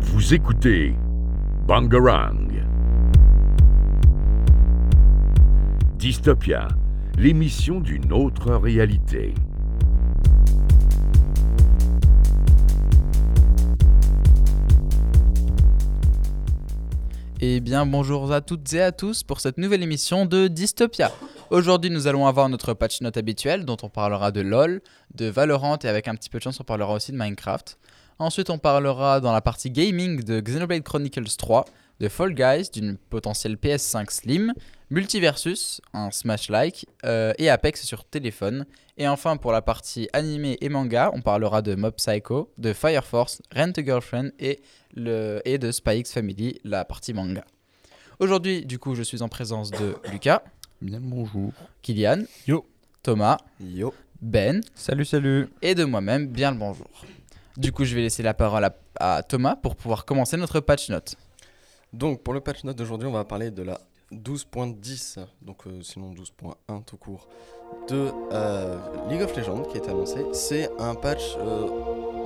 Vous écoutez Bangarang. Dystopia, l'émission d'une autre réalité. Eh bien, bonjour à toutes et à tous pour cette nouvelle émission de Dystopia. Aujourd'hui, nous allons avoir notre patch note habituel dont on parlera de LoL, de Valorant et avec un petit peu de chance, on parlera aussi de Minecraft. Ensuite, on parlera dans la partie gaming de Xenoblade Chronicles 3, de Fall Guys, d'une potentielle PS5 Slim, Multiversus, un Smash-like, euh, et Apex sur téléphone. Et enfin, pour la partie animé et manga, on parlera de Mob Psycho, de Fire Force, Rent a Girlfriend et le- et de Spy X Family, la partie manga. Aujourd'hui, du coup, je suis en présence de Lucas, Bien le bonjour. Kylian, Yo. Thomas, Yo. Ben Salut, salut. et de moi-même, bien le bonjour. Du coup, je vais laisser la parole à, à Thomas pour pouvoir commencer notre patch note. Donc pour le patch note d'aujourd'hui, on va parler de la 12.10, donc euh, sinon 12.1 tout court, de euh, League of Legends qui est annoncé. C'est un patch euh,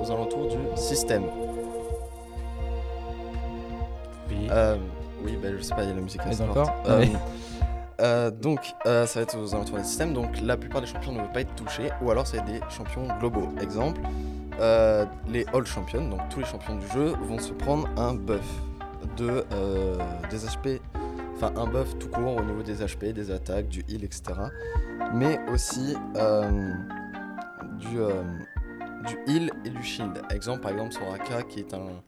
aux alentours du système. Euh, oui, bah, je sais pas, il y a la musique. là, Mais c'est encore forte. Non, Euh, mais- euh, donc, euh, ça va être aux alentours du système. Donc, la plupart des champions ne vont pas être touchés, ou alors c'est des champions globaux. Exemple, euh, les All Champions, donc tous les champions du jeu, vont se prendre un buff de euh, des HP, enfin un buff tout court au niveau des HP, des attaques, du heal, etc. Mais aussi euh, du euh, du heal et du shield. Exemple, par exemple, Soraka, qui est un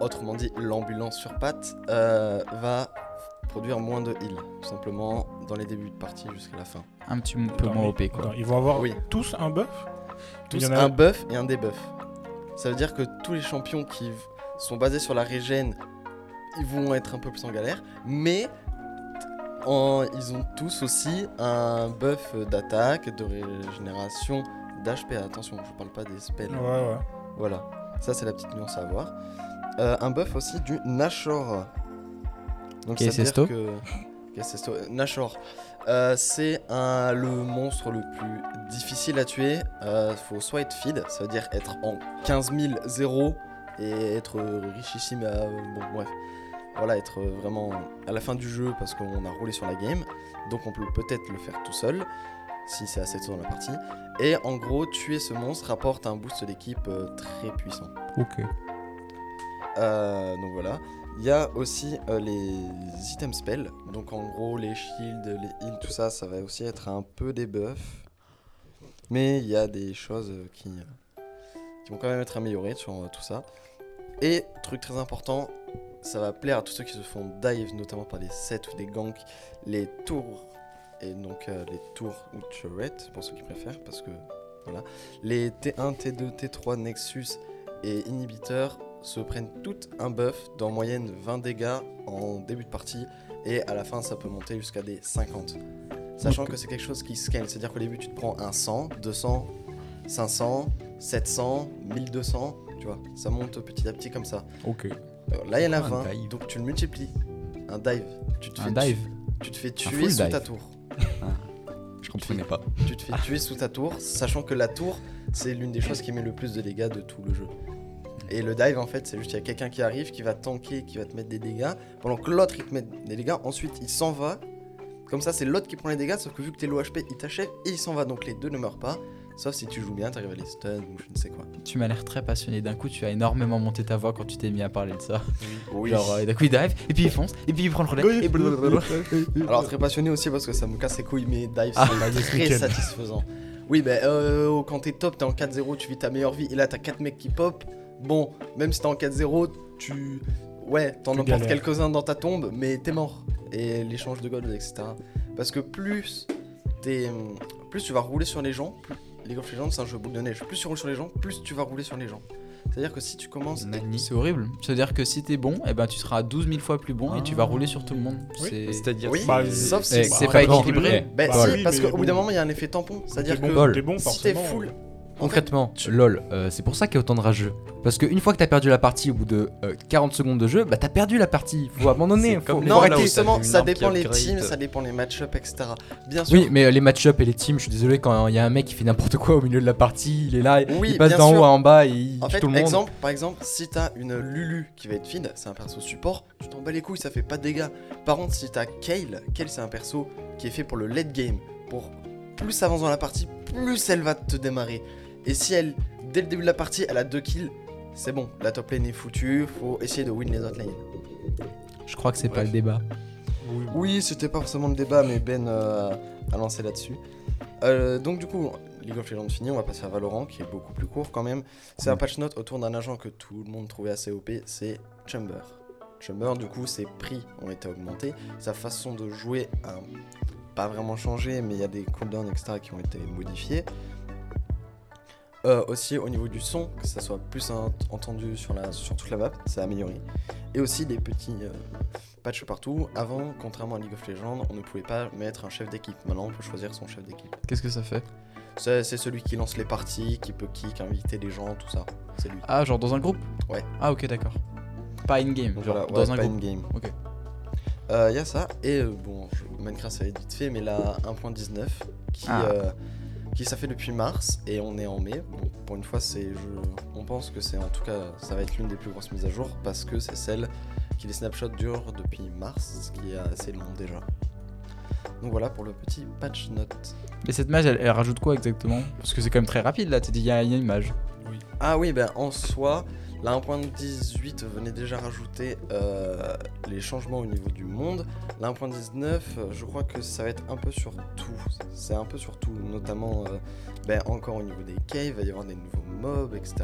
autrement dit l'ambulance sur pattes, euh, va produire moins de heal, tout simplement dans les débuts de partie jusqu'à la fin. Un petit peu Attends, moins mais- OP quoi. attends, ils vont avoir Oui. tous un buff Il Tous y en a- un buff et un debuff. Ça veut dire que tous les champions qui v- sont basés sur la régène, ils vont être un peu plus en galère, mais en- ils ont tous aussi un buff d'attaque, de régénération, d'HP. Attention, je parle pas des spells. Ouais, ouais. Voilà, ça c'est la petite nuance à avoir. Euh, un buff aussi du Nashor. Donc Qu'est-ce c'est que c'est que Qu'est-ce que c'est que c'est Nashor, Euh, c'est un- le monstre le plus difficile à tuer. Euh, faut soit être feed, ça veut dire être en 15 000 zéro et être richissime. à- euh, bon bref, voilà, être vraiment à la fin du jeu parce qu'on a roulé sur la game, donc on peut peut-être le faire tout seul si c'est assez tôt dans la partie. Et en gros, tuer ce monstre rapporte un boost d'équipe euh, très puissant. Ok. Euh, donc voilà. Il y a aussi euh, les items spells. Donc en gros, les shields, les heals, tout ça, ça va aussi être un peu des buffs. Mais il y a des choses euh, qui, euh, qui vont quand même être améliorées sur euh, tout ça. Et truc très important, ça va plaire à tous ceux qui se font dive, notamment par les sets ou des ganks, les tours. Et donc euh, les tours ou turrets, pour ceux qui préfèrent, parce que voilà. Les T1, T2, T3, Nexus et inhibiteurs se prennent toutes un buff d'en moyenne 20 dégâts en début de partie et à la fin ça peut monter jusqu'à des 50. Sachant que c'est quelque chose qui scale, c'est-à-dire qu'au début tu te prends un 100, 200, 500, 700, 1200, tu vois, ça monte petit à petit comme ça. Ok. Alors là il y en a Ah, un 20, dive. donc tu le multiplies. Un dive, tu te Oh, Un fais dive. Tu te fais full tuer sous ta dive. tour Je comprenais pas. tu te fais tuer sous ta tour, sachant que la tour, c'est l'une des choses qui met le plus de dégâts de tout le jeu. Et le dive, en fait, c'est juste il y a quelqu'un qui arrive, qui va tanker, qui va te mettre des dégâts, pendant que l'autre, il te met des dégâts, ensuite, il s'en va. Comme ça, c'est l'autre qui prend les dégâts, sauf que vu que t'es low HP, il t'achève et il s'en va. Donc les deux ne meurent pas, sauf si tu joues bien, t'arrives à les stun ou je ne sais quoi. Tu m'as l'air très passionné. D'un coup, tu as énormément monté ta voix quand tu t'es mis à parler de ça. Oui. Genre, euh, d'un coup, il dive, et puis il fonce, et puis il prend le relais, et Bah, blablabla. Alors très passionné aussi parce que ça me casse les couilles, mais dive c'est Ah, bah, très nickel. satisfaisant. Oui, bah, euh, quand t'es top, t'es en 4-0, tu vis ta meilleure vie, et là t'as 4 mecs qui pop. Bon, même si t'es en 4-0, tu. Ouais, t'en Tu emportes galères. quelques-uns dans ta tombe, mais t'es mort. Et l'échange de gold, etc. Parce que plus t'es. Plus tu vas rouler sur les gens, plus... League of Legends c'est un jeu boule de neige. Plus tu roules sur les gens, plus tu vas rouler sur les gens. C'est-à-dire que si tu commences. C'est horrible. C'est-à-dire que si t'es bon, eh ben, tu seras 12 000 fois plus bon et tu vas Ah. rouler sur tout le monde. Oui. C'est- C'est-à-dire. Oui, Bah, sauf si. eh, bah, c'est après, pas bon, équilibré. eh, Ben bah si, oui, parce mais qu'au bon. bout d'un moment, il y a un effet tampon. C'est-à-dire T'es que bon, t'es bon, si t'es forcément. full, Concrètement, lol, euh, c'est pour ça qu'il y a autant de rageux. Parce qu'une fois que t'as perdu la partie au bout de euh, 40 secondes de jeu, bah t'as perdu la partie. Faut abandonner. C'est comme Faut... les faut voilà où Non, arrêter. t'as justement, vu une ça arme qui dépend les upgrade. teams, ça dépend les match-up, etc. Bien sûr. Oui, mais euh, les match-up et les teams, je suis désolé quand il y a un mec qui fait n'importe quoi au milieu de la partie, il est là, Oui, il passe bien d'en sûr. haut à en bas et il En tue fait, tout le monde. exemple, par exemple, si t'as une Lulu qui va être fine, c'est un perso support, tu t'en bats les couilles, ça fait pas de dégâts. Par contre, si t'as Kale, Kale c'est un perso qui est fait pour le late game. Pour plus ça avance dans la partie, plus elle va te démarrer. Et si elle, dès le début de la partie, elle a deux kills, c'est bon, la top lane est foutue, faut essayer de win les autres lanes. Je crois que c'est pas Bref. le débat. Mm. Oui, c'était pas forcément le débat, mais Ben euh, a lancé là-dessus. Euh, donc du coup, League of Legends fini, on va passer à Valorant, qui est beaucoup plus court quand même. C'est un patch note autour d'un agent que tout le monde trouvait assez OP, c'est Chamber. Chamber, du coup, ses prix ont été augmentés, sa façon de jouer a pas vraiment changé, mais il y a des cooldowns, etc., qui ont été modifiés. Euh, aussi au niveau du son, que ça soit plus ent- entendu sur, la, sur toute la map, c'est amélioré. Et aussi des petits euh, patchs partout. Avant, contrairement à League of Legends, on ne pouvait pas mettre un chef d'équipe. Maintenant, on peut choisir son chef d'équipe. Qu'est-ce que ça fait C'est c'est celui qui lance les parties, qui peut kick, inviter les gens, tout ça. C'est lui. Ah, genre dans un groupe Ouais. Ah, ok, d'accord. Pas in-game, Donc genre voilà, dans ouais, un pas groupe. in-game. Ok. Euh, y a ça, et euh, bon, je- Minecraft ça va être vite fait, mais la 1.19, qui, Ah. euh, qui ça fait depuis mars, et on est en mai. Bon, pour une fois, c'est, je- on pense que c'est en tout cas, ça va être l'une des plus grosses mises à jour, parce que c'est celle qui les snapshots durent depuis mars, ce qui est assez long déjà. Donc voilà pour le petit patch note. Mais cette mage, elle, elle rajoute quoi exactement Parce que c'est quand même très rapide là, t'as dit il y, a il y a une mage. Ah oui, ben en soi, la 1.18 venait déjà rajouter euh, les changements au niveau du monde. La 1.19, euh, je crois que ça va être un peu sur tout. C'est un peu sur tout, notamment euh, ben, encore au niveau des caves, il va y avoir des nouveaux mobs, etc.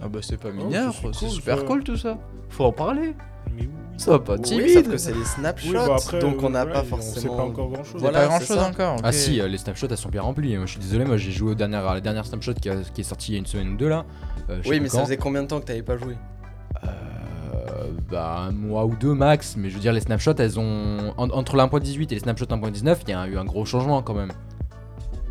Ah bah c'est pas Oh, mineur, mineur, c'est c'est cool, super ça. cool tout ça. Faut en parler. Mais oui. Ça va pas Oui, sauf timide. que c'est des snapshots, Oui, bah après, donc on n'a euh, pas voilà, On sait forcément... pas encore grand chose. C'est Voilà, pas grand c'est chose hein. ça. encore. ok. Ah si, euh, les snapshots elles sont bien remplies. Moi, je suis désolé, moi j'ai joué aux dernières- à la dernière snapshot qui, a- qui est sortie il y a une semaine ou deux là. Euh, je sais oui, plus mais ça quand. faisait combien de temps que t'avais pas joué Euh, bah, un mois ou deux max, mais je veux dire, les snapshots, elles ont. en- entre la 1.18 et les snapshots 1.19, il y a eu un gros changement quand même.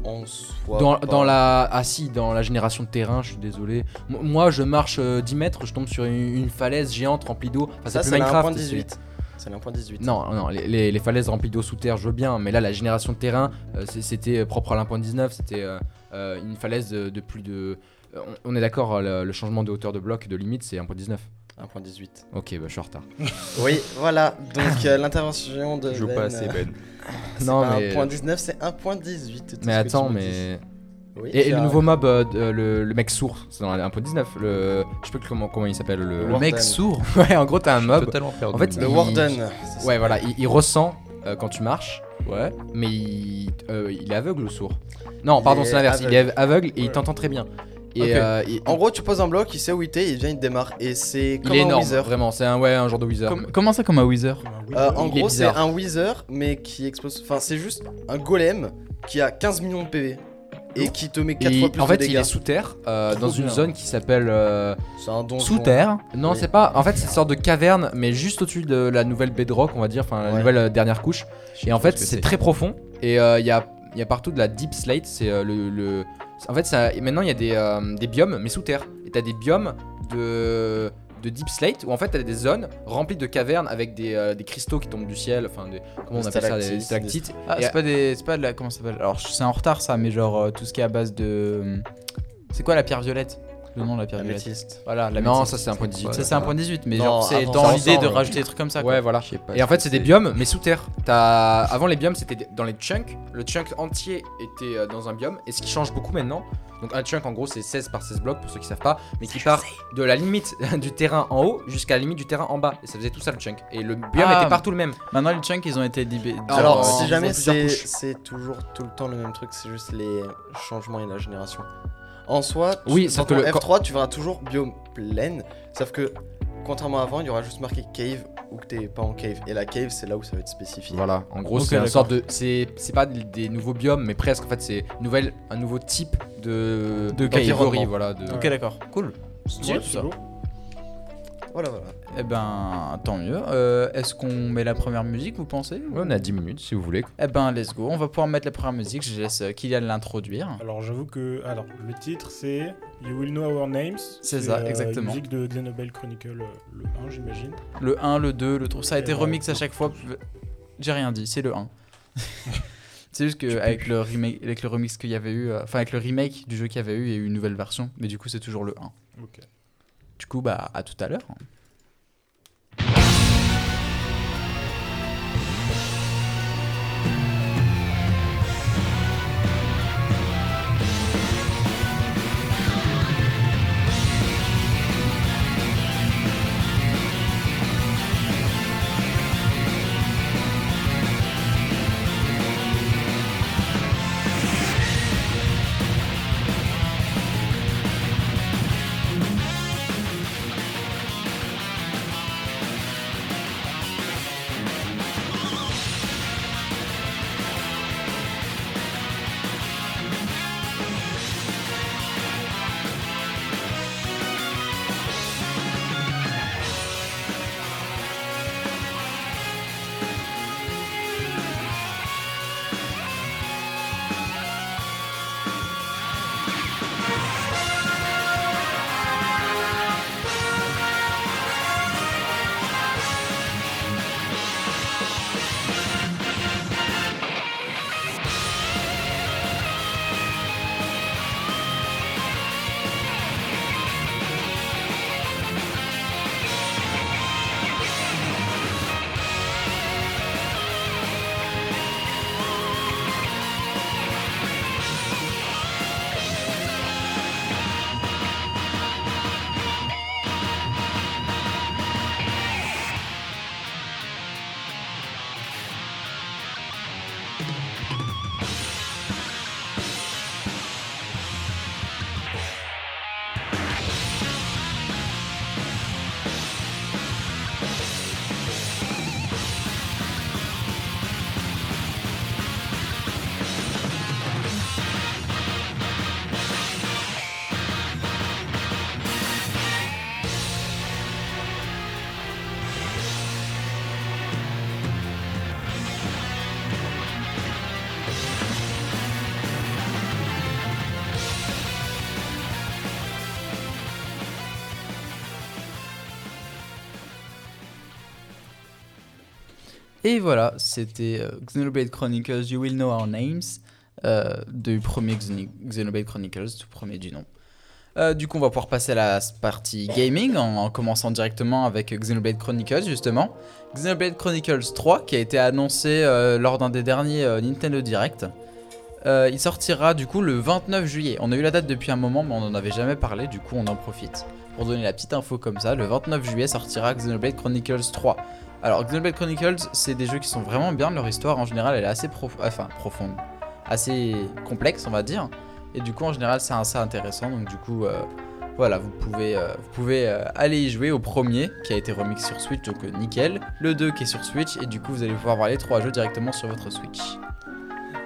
En soi... dans, pas- dans la. Ah si, dans la génération de terrain, je suis désolé. M- moi, je marche euh, 10 mètres, je tombe sur une, une falaise géante remplie d'eau. Enfin, Ça, c'est c'est plus la Minecraft. 1.18. C'est la 1.18. Non, non, les, les- les falaises remplies d'eau sous terre, je veux bien, mais là, la génération de terrain, euh, c'est- c'était propre à l'1.19, c'était euh, euh, une falaise de, de plus de. euh, on on est d'accord, le, le changement de hauteur de bloc, de limite, c'est 1.19. 1.18. Ok, bah, je suis en retard. Oui, voilà. Donc euh, l'intervention de Je joue Ben, pas assez euh, Ben. C'est Non, pas mais- 1.19, c'est 1.18. tout ce Mais que attends, tu me dis. mais. Oui, Et, et c'est le un- nouveau mob, euh, de- le, le mec sourd, c'est dans la 1.19, le... je sais plus comment, comment il s'appelle. Le... Le mec Warden. sourd. Ouais, en gros, t'as un mob. Totalement perdu. En fait, Le il- Warden. c'est ça. Mmh. Ouais, voilà, il, il ressent euh, quand tu marches, Ouais. mais il, euh, il est aveugle ou sourd. Non, Il pardon, est c'est l'inverse, il est aveugle et il Ouais. t'entend très bien. Et Ok. euh, il, En gros, tu poses un bloc, il sait où il était, il vient, il te démarre. Et c'est il comme est un énorme, Wither. vraiment, c'est un, ouais, un genre de wizard. Com- comment ça comme un Wither Ah, Euh, en Il est gros, c'est bizarre. un Wither, mais qui explose. Enfin, c'est juste un golem qui a 15 millions de PV. Et qui te met 4 Il- fois plus en fait, de dégâts. il est sous terre, euh, Trop dans une bien. zone qui s'appelle euh, C'est un donjon. Sous terre. Non, Oui. c'est pas. En fait, c'est une sorte de caverne, mais juste au-dessus de la nouvelle bedrock, on va dire, enfin la Ouais. nouvelle euh, dernière couche. Et en fait, ce que c'est c'est. très profond. Et euh, il y, a, il y a partout de la deep slate. C'est euh, le, le- En fait, ça, et maintenant, il y a des, euh, des biomes, mais sous terre. Et t'as des biomes de, de deep slate où en fait, t'as des zones remplies de cavernes avec des, euh, des cristaux qui tombent du ciel. Enfin, des- comment on Des appelle ça Des stalactites, stalactites. Ah, Et- c'est pas des. C'est pas de la. Comment ça s'appelle Alors c'est en retard ça, mais genre euh, tout ce qui est à base de. euh, C'est quoi la pierre violette Le nom de la pierre violette. Améthyste. Voilà, la Non, métisse. ça, c'est un point 18. Ça, c'est un point 18, mais Non, genre c'est avant, dans ça l'idée de ressemble. rajouter des trucs comme ça. quoi. Ouais, voilà. Je sais pas Et en ce fait, que c'est des biomes, mais sous terre. T'as... Avant, les biomes, c'était des- dans les chunks. Le chunk entier était euh, dans un biome. Et ce qui change beaucoup maintenant, donc un chunk, en gros, c'est 16 par 16 blocs, pour ceux qui savent pas, mais qui part de la limite du terrain en haut jusqu'à la limite du terrain en bas. Et ça faisait tout ça, le chunk. Et le biome Ah. était partout le même. Maintenant les chunks ils ont été dibé- Alors, genre, si euh, jamais plusieurs c'est couches. c'est toujours tout le temps le même truc, c'est juste les changements et la génération. En soi, tu- Oui, dans sauf que ton le- F3, tu verras toujours biome pleine, sauf que contrairement à avant, il y aura juste marqué cave ou que t'es pas en cave. Et la cave, c'est là où ça va être spécifié. Voilà. En gros, Ok, c'est une d'accord. sorte de. C'est... c'est pas des- des nouveaux biomes, mais presque. En fait, c'est une nouvelle... un nouveau type de. De catégorie, environnement. voilà. De... Ok d'accord, cool. Stylé, tout ça. Voilà, voilà. Eh ben, tant mieux. Euh, Est-ce qu'on met la première musique, vous pensez Ouais, on a 10 minutes si vous voulez. Eh ben, let's go. On va pouvoir mettre la première musique. Je laisse euh, Kylian l'introduire. Alors j'avoue que alors le titre c'est You Will Know Our Names. euh, C'est ça, exactement. Musique de The Nobel Chronicle euh, le 1 j'imagine. Le 1, le 2, le 3. Ça a été Et ben, remix à chaque fois. J'ai rien dit, c'est le 1. c'est juste qu'avec le, remake- avec le remix qu'il y avait eu. euh, Enfin, avec le remake du jeu qu'il y avait eu, il y a eu une nouvelle version. Mais du coup, c'est toujours le 1. Ok. Du coup, bah, à tout à l'heure. Et voilà, c'était euh, Xenoblade Chronicles You Will Know Our Names, euh, du premier Xen- Xenoblade Chronicles, tout premier du nom. Euh, du coup, on va pouvoir passer à la s- partie gaming en, en commençant directement avec Xenoblade Chronicles, justement. Xenoblade Chronicles 3 qui a été annoncé euh, lors d'un des derniers euh, Nintendo Direct. Euh, il sortira du coup le 29 juillet. On a eu la date depuis un moment, mais on n'en avait jamais parlé, du coup, on en profite. Pour donner la petite info comme ça, le 29 juillet sortira Xenoblade Chronicles 3. Alors, Xenoblade Chronicles, c'est des jeux qui sont vraiment bien. Leur histoire, en général, elle est assez prof- ah, enfin, profonde, assez complexe, on va dire. Et du coup, en général, c'est assez intéressant. Donc, du coup, euh, voilà, vous pouvez, euh, vous pouvez euh, aller y jouer au premier, qui a été remix sur Switch, donc euh, nickel. Le 2 qui est sur Switch, et du coup, vous allez pouvoir voir les trois jeux directement sur votre Switch.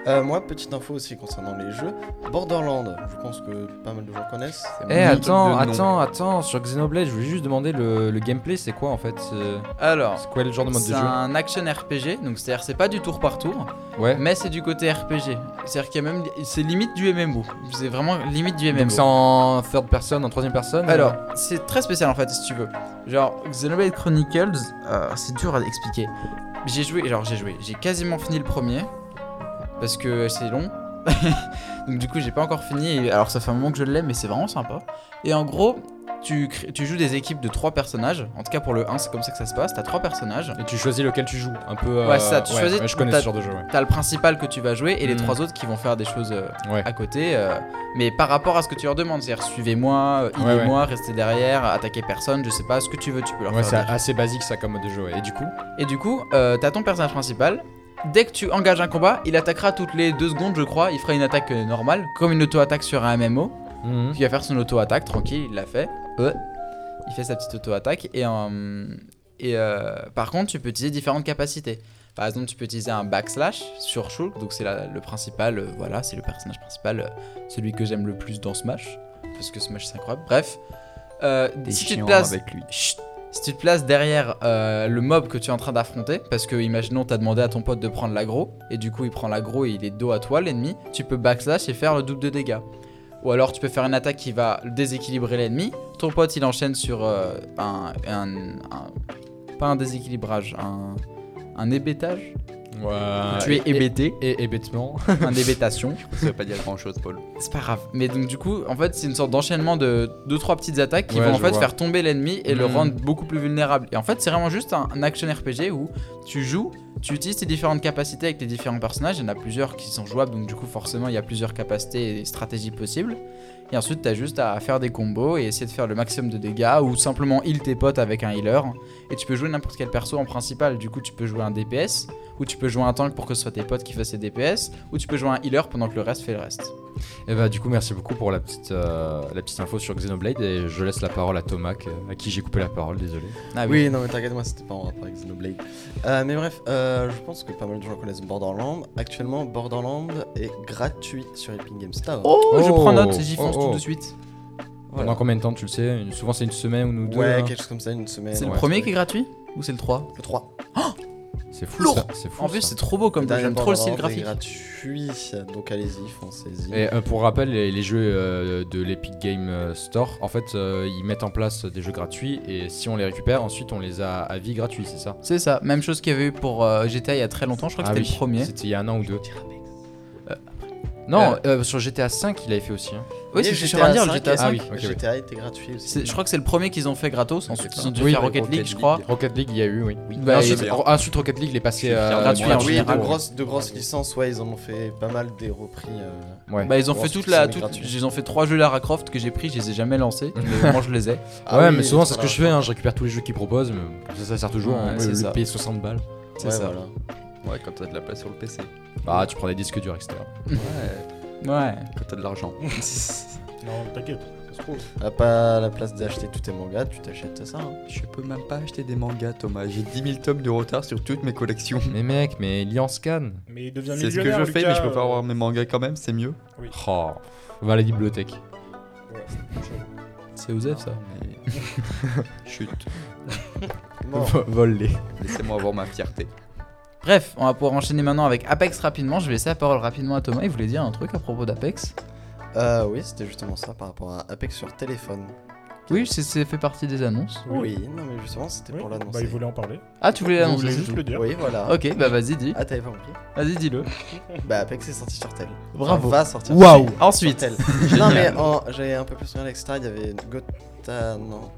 Euh, moi, petite info aussi concernant les jeux. Borderland, je pense que pas mal de gens connaissent. Eh attends, attends, attends, sur Xenoblade, je voulais juste demander le, le gameplay, c'est quoi en fait euh, Alors, C'est quoi le genre de mode de c'est jeu un action RPG, donc c'est-à-dire c'est pas du tour par tour, Ouais. mais c'est du côté RPG. C'est-à-dire qu'il y a même, c'est limite du MMO. C'est vraiment limite du MMO. Donc c'est en third personne, en troisième personne Alors, c'est très spécial en fait, si tu veux. Genre, Xenoblade Chronicles, euh, c'est dur à expliquer. J'ai joué, genre j'ai joué, j'ai quasiment fini le premier, parce que c'est long. Donc du coup, j'ai pas encore fini, et- alors ça fait un moment que je l'ai, mais c'est vraiment sympa. Et en gros, tu, crées- tu joues des équipes de trois personnages, en tout cas pour le 1, c'est comme ça que ça se passe, t'as trois personnages. Et tu choisis lequel tu joues, un peu. euh, Ouais, c'est ça, tu choisis- ouais, je connais t'as- ce genre de jeu, ouais. T'as le principal que tu vas jouer, et les Hmm. trois autres qui vont faire des choses euh, Ouais. à côté, euh, mais par rapport à ce que tu leur demandes, c'est-à-dire suivez-moi, euh, Ouais, ouais. aidez-moi, restez derrière, attaquez personne, je sais pas, ce que tu veux, tu peux leur Ouais, c'est faire. des- assez basique ça comme mode de jeu, ouais. Et du coup Et du coup, euh, t'as ton personnage principal. Dès que tu engages un combat, il attaquera toutes les deux secondes, je crois. Il fera une attaque euh, normale, comme une auto-attaque sur un MMO. Mhm. Puis il va faire son auto-attaque, tranquille, il l'a fait. Euh, Il fait sa petite auto-attaque. Et, euh, et euh, par contre, tu peux utiliser différentes capacités. Par exemple, tu peux utiliser un backslash sur Shulk, donc c'est la- le principal, euh, voilà, c'est le personnage principal, euh, celui que j'aime le plus dans Smash, parce que Smash c'est incroyable. Bref, Euh, T'es si tu te chiant places, avec lui. Chut. Si tu te places derrière euh, le mob que tu es en train d'affronter, parce que imaginons t'as demandé à ton pote de prendre l'aggro, et du coup il prend l'aggro et il est dos à toi, l'ennemi, tu peux backslash et faire le double de dégâts. Ou alors tu peux faire une attaque qui va déséquilibrer l'ennemi, ton pote il enchaîne sur euh, un, un- un- Pas un déséquilibrage, un... Un hébétage Ouais. Tu es hébété, Et, et bêtement. un hébétation. Ça veut pas dire grand chose, Paul. C'est pas grave. Mais donc du coup, en fait, c'est une sorte d'enchaînement de deux trois petites attaques qui Ouais, vont en je fait vois. faire tomber l'ennemi et le Mm. rendre beaucoup plus vulnérable. Et en fait, c'est vraiment juste un, un action RPG où tu joues, tu utilises tes différentes capacités avec tes différents personnages. Il y en a plusieurs qui sont jouables, donc du coup, forcément, il y a plusieurs capacités et stratégies possibles. Et ensuite, t'as juste à faire des combos et essayer de faire le maximum de dégâts ou simplement heal tes potes avec un healer. Et tu peux jouer n'importe quel perso en principal. Du coup, tu peux jouer un DPS ou tu peux jouer un tank pour que ce soit tes potes qui fassent les DPS ou tu peux jouer un healer pendant que le reste fait le reste. Et bah du coup merci beaucoup pour la petite, euh, la petite info sur Xenoblade et je laisse la parole à Thomas que- à qui j'ai coupé la parole, désolé. Ah oui. Oui, non, mais t'inquiète, moi, c'était pas en rapport avec Xenoblade. Euh, mais bref, euh, je pense que pas mal de gens connaissent Borderland. Actuellement, Borderland est gratuit sur Epic Games Store. Oh, je Oh, prends note, j'y oh, fonce oh. tout de suite. Voilà. Pendant combien de temps tu le sais Une- Souvent c'est une semaine ou deux. Ouais, hein. quelque chose comme ça, une semaine. C'est le Eh ouais, premier truc. qui est gratuit Ou c'est le 3 Le 3. C'est fou Lourd. ça. C'est fou. En plus, ça. c'est trop beau comme jeu, j'aime trop le style graphique. gratuit, donc allez-y, foncez-y. Et euh, pour rappel, les, les jeux euh, de l'Epic Game euh, Store, en fait, euh, ils mettent en place des jeux gratuits et si on les récupère, ensuite on les a à vie gratuit, c'est ça C'est ça, même chose qu'il y avait eu pour euh, GTA il y a très longtemps, je crois que Ah c'était oui, le premier. C'était il y a un an ou deux. Euh, non, euh, sur GTA 5, il avait fait aussi. hein. Oui, Et c'est sur un le cinq, GTA Ah 5. oui, Ah, ok, oui. GTA était gratuit aussi. C'est- Je crois que c'est le premier qu'ils ont fait gratos, ensuite ils ont dû Oui, faire Rocket League, je crois. Rocket League, il y a eu, oui. Bah, Et et- ensuite, Ro- ensuite, Rocket League, il est passé euh, gratuit, gratuit en oui, de général, grosses, de grosses licences, ouais, ils en ont fait pas mal des repris. euh, Ouais. Bah, ils ont Bon, fait c'est toute que la. c'est toute- gratuit. Ils ont fait trois jeux Lara Croft que j'ai pris, je les ai jamais lancés, mais euh, moi je les ai. Ah ouais, oui, mais souvent c'est ce voilà. que je fais, hein, je récupère tous les jeux qu'ils proposent, mais comme ça, ça sert toujours, Ouais, hein, c'est le ça. payer 60 balles. C'est ouais, ça. voilà. Ouais, quand t'as de la place sur le PC. Bah tu prends des disques durs, etc. Ouais, Ouais. quand t'as de l'argent. Non, t'inquiète, ça se trouve. T'as pas la place d'acheter tous tes mangas, tu t'achètes ça. hein. Je peux même pas acheter des mangas, Thomas. J'ai 10 000 tomes de retard sur toutes mes collections. Mm. Mais mec, mais il y en scan. Mais il devient C'est ce que millionnaire. je fais, Lucas, mais je peux pas euh, avoir mes mangas quand même, c'est mieux. Oh, on va à la bibliothèque. ouais, je- C'est Osef ça. Mais- Chut, Oh. Bon. Voler. laissez-moi avoir ma fierté. Bref, on va pouvoir enchaîner maintenant avec Apex rapidement. Je vais laisser la parole rapidement à Thomas, il voulait dire un truc à propos d'Apex. Euh, oui, c'était justement ça par rapport à Apex sur téléphone. Oui, c'est- c'est fait partie des annonces. Oui, non, mais justement, c'était Oui, pour Bah, l'annoncer. il voulait en parler. Ah, tu voulais Il voulait l'annoncer c'est juste tout. le dire. oui, voilà. Ok, bah vas-y, dis. Ah, t'avais pas compris Vas-y, dis-le. Bah, Apex est sorti sur tel. Bravo. va sortir Waouh. sur tel. Ensuite. Sur tel. non, mais en- j'avais un peu plus regardé, etc. Il y avait Gotha. Non.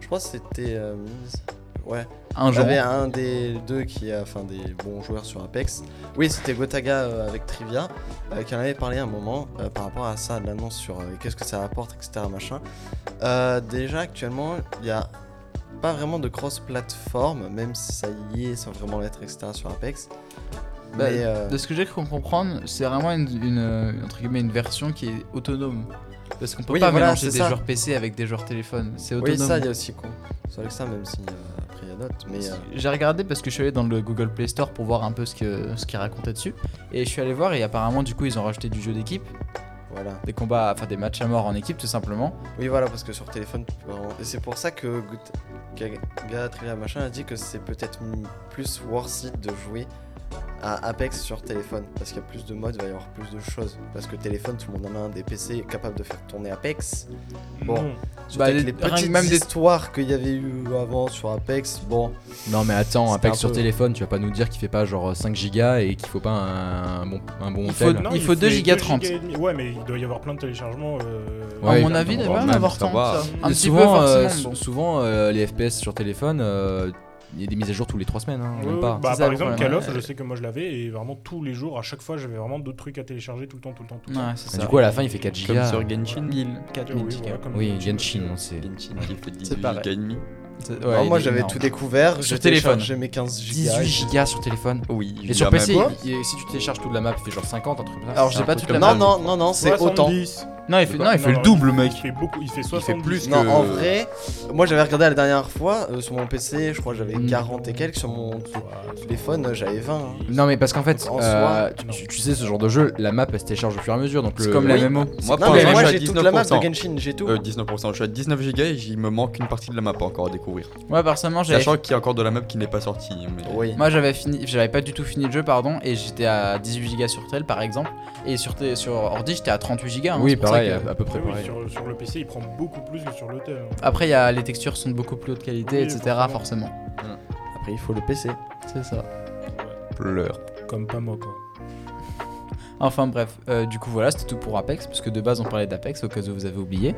Je crois que c'était. euh, Mise. Ouais. Un jour. J'avais un des deux qui a, enfin des bons joueurs sur Apex. Oui, c'était Gotaga euh, avec Trivia euh, qui en avait parlé à un moment euh, par rapport à ça, de l'annonce sur euh, qu'est-ce que ça apporte, etc. Machin. Euh, déjà actuellement, il n'y a pas vraiment de cross-platform, même si ça y est sans vraiment l'être, etc. sur Apex. Bah, Mais euh, De ce que j'ai cru comprendre, c'est vraiment une, une, euh, entre guillemets, une version qui est autonome. Parce qu'on peut Oui, pas voilà, mélanger c'est des ça. joueurs PC avec des joueurs téléphone. C'est oui, autonome. ça, il y a aussi con. C'est avec ça, même si euh, après il y a d'autres. Mais euh, J'ai regardé parce que je suis allé dans le Google Play Store pour voir un peu ce que ce qu'il racontait dessus. Et je suis allé voir et apparemment du coup ils ont rajouté du jeu d'équipe, voilà. des combats, enfin des matchs à mort en équipe tout simplement. Oui, voilà, parce que sur téléphone, tu peux vraiment- Et c'est pour ça que Gaga Trivia Machin a dit que c'est peut-être m- plus worth it de jouer à Apex sur téléphone. Parce qu'il y a plus de modes, il va y avoir plus de choses. Parce que téléphone, tout le monde en a un des PC capables de faire tourner Apex. Bon. Non. Euh, Surtout Bah, avec les- les rien que petites même des- histoires qu'il y avait eu avant sur Apex, bon. Non mais attends, C'était Apex un sur peu- téléphone, tu vas pas nous dire qu'il fait pas genre 5 gigas et qu'il faut pas un, un bon un bon Il hôtel. faut- Non, il faut 2 fait giga 2 giga et demi. Ouais, mais il doit y avoir plein de téléchargements. euh, Ouais, à mon bah, avis, il on va va pas en même avoir tant savoir. que ça. Un Mais petit souvent, peu euh, forcément. sou- souvent euh, les FPS sur téléphone, euh, il y a des mises à jour tous les 3 semaines, hein, ouais, même pas. bah, C'est ça, par le exemple, problème. Call of, je sais que moi je l'avais et vraiment tous les jours, à chaque fois, j'avais vraiment d'autres trucs à télécharger tout le temps, tout le temps, tout le temps. Ah, Ouais, c'est Et ça. du coup à la fin il fait 4 Comme gigas. sur Genshin. 1000, 4000 Oui, gigas. voilà, comme euh, Oui, d'habitude. Genshin, on sait. Genshin qui fait 18 C'est pareil. gigas et demi. C'est- ouais, Non, moi, il est j'avais énorme. tout découvert. Sur J'ai téléphone. téléchargé mes 15 gigas. 18 gigas sur téléphone. Oui, Et sur PC, il- il- si tu télécharges toute la map, il fait genre 50, un truc comme ça. Alors, j'ai C'est un pas truc toute la comme map. Non, ça. non, non, non, c'est autant. 70. Non, il fait, Bah, non, il fait le non, double, il- mec. Il fait beaucoup, il fait fait 70. plus. Non, que- en vrai, moi j'avais regardé la dernière fois euh, sur mon PC, je crois que j'avais Mm. 40 et quelques, sur mon téléphone euh, j'avais 20. hein. Ah. Non mais parce qu'en fait, En euh, soi, tu, non. tu- tu sais ce genre de jeu, la map elle se télécharge au fur et à mesure, donc C'est le- comme oui. la MMO. Non, Moi, pour mais l'instant, moi je j'ai suis à toute la map de 19%. Genshin, j'ai tout. Euh, 19%, je suis à 19 go et il me manque une partie de la map encore à découvrir. Moi, personnellement, j'avais Sachant qu'il y a encore de la map qui n'est pas sortie. mais- Oui. Moi j'avais fini, j'avais pas du tout fini le jeu pardon et j'étais à 18 Go sur tel par exemple et sur tel- sur ordi j'étais à 38 Go. hein, Oui, bah euh. c'est pour ça pareil, que- à, à peu près Ah Oui, oui, pareil. sur, sur le PC, il prend beaucoup plus que sur le tel. hein. Après il y a les textures sont de beaucoup plus haute qualité Oui, etc forcément. forcément. Après il faut le PC. C'est ça. Pleure. Comme pas moi, quoi. Enfin bref, euh, du coup voilà, c'était tout pour Apex, parce que de base on parlait d'Apex au cas où vous avez oublié.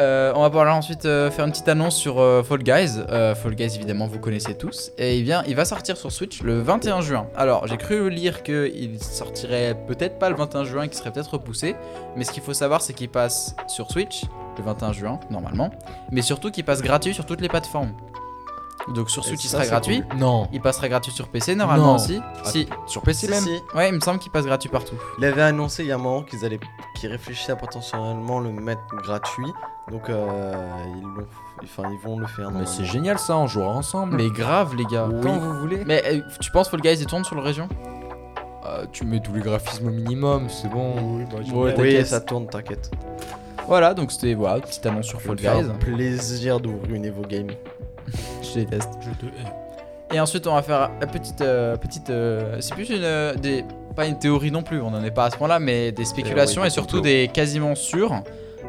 Euh, on va parler ensuite euh, faire une petite annonce sur euh, Fall Guys. Euh, Fall Guys évidemment vous connaissez tous. Et il, vient, il va sortir sur Switch le 21 juin. Alors j'ai cru lire qu'il sortirait peut-être pas le 21 juin, qu'il serait peut-être repoussé. Mais ce qu'il faut savoir c'est qu'il passe sur Switch le 21 juin normalement. Mais surtout qu'il passe gratuit sur toutes les plateformes. Donc sur Et Switch il ça, sera c'est gratuit. Non. Il passera gratuit sur PC normalement Non. Ah, aussi. Si. Sur PC Si, même. si. Ouais il me semble qu'il passe gratuit partout. Il avait annoncé il y a un moment qu'ils allaient, qu'ils réfléchissaient à potentiellement le mettre gratuit, donc euh, ils l'ont, enfin ils vont le faire. Mais normalement. c'est génial ça, on jouera ensemble. Mais grave les gars. quand Quand- vous voulez. Mais euh, tu penses Fall Guys il tourne sur le région Ah, tu mets tous les graphismes au minimum, c'est bon. Oui, bah, ils Ouais, ont- Oui, t'inquiète. ça tourne, t'inquiète. Voilà donc c'était voilà petite annonce sur Je Fall vais faire Guys. plaisir de vous ruiner vos games. Je déteste. Je te hais. Et ensuite on va faire une petite euh, petite euh, c'est plus une euh, des pas une théorie non plus on n'en est pas à ce point là mais des spéculations et Théorie du surtout complot. des quasiment sûrs.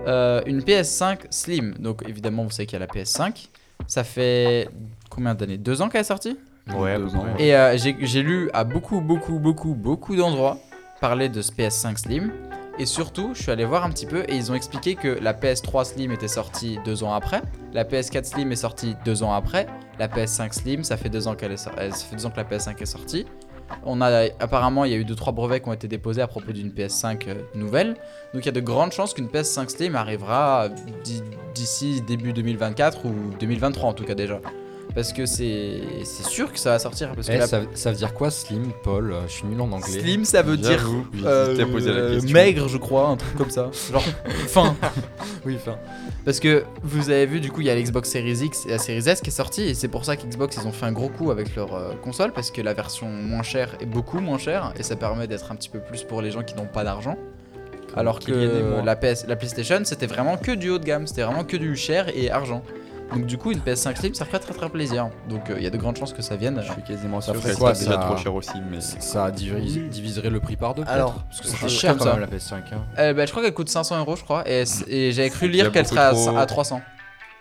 Euh, une PS5 Slim donc évidemment vous savez qu'il y a la PS5. Ça fait combien d'années Deux ans qu'elle est sortie. Ouais, Deux bon, ans. Et euh, j'ai j'ai lu à beaucoup, beaucoup, beaucoup, beaucoup d'endroits parler de ce PS5 Slim. Et surtout, je suis allé voir un petit peu et ils ont expliqué que la PS3 Slim était sortie deux ans après, la PS4 Slim est sortie deux ans après, la PS5 Slim, ça fait deux ans, qu'elle est sor- euh, ça fait deux ans que la PS5 est sortie. On a, apparemment, il y a eu deux trois brevets qui ont été déposés à propos d'une PS5 euh, nouvelle. Donc il y a de grandes chances qu'une PS5 Slim arrivera d'i- d'ici début 2024 ou 2023 en tout cas déjà. Parce que c'est c'est sûr que ça va sortir. Parce que Eh, la- ça, ça veut dire quoi Slim, Paul euh, Je suis nul en anglais. Slim, ça veut dire J'avoue, j'hésitais euh, à poser la question. maigre, je crois, un truc comme ça. Genre fin. Oui, enfin. Parce que vous avez vu, du coup, il y a l'Xbox Series X et la Series S qui est sortie, et c'est pour ça qu'Xbox ils ont fait un gros coup avec leur euh, console parce que la version moins chère est beaucoup moins chère et ça permet d'être un petit peu plus pour les gens qui n'ont pas d'argent. Alors qu'il y en ait que moins. la PS, la PlayStation, c'était vraiment que du haut de gamme, c'était vraiment que du cher et argent. Donc du coup, une PS5 Slim, ça ferait très très plaisir. Donc euh, il y a de grandes chances que ça vienne. Je suis quasiment Ça sûr ferait que quoi, c'est déjà ça trop cher aussi, mais. Ça diviserait, diviserait le prix par deux. peut-être Alors, parce que c'était je- euh, cher comme quand ça. même la PS5. hein. Euh, bah, je crois qu'elle coûte 500 euros, je crois, et, c- et j'avais cru Il y lire a qu'elle beaucoup serait à trop- cin- à 300.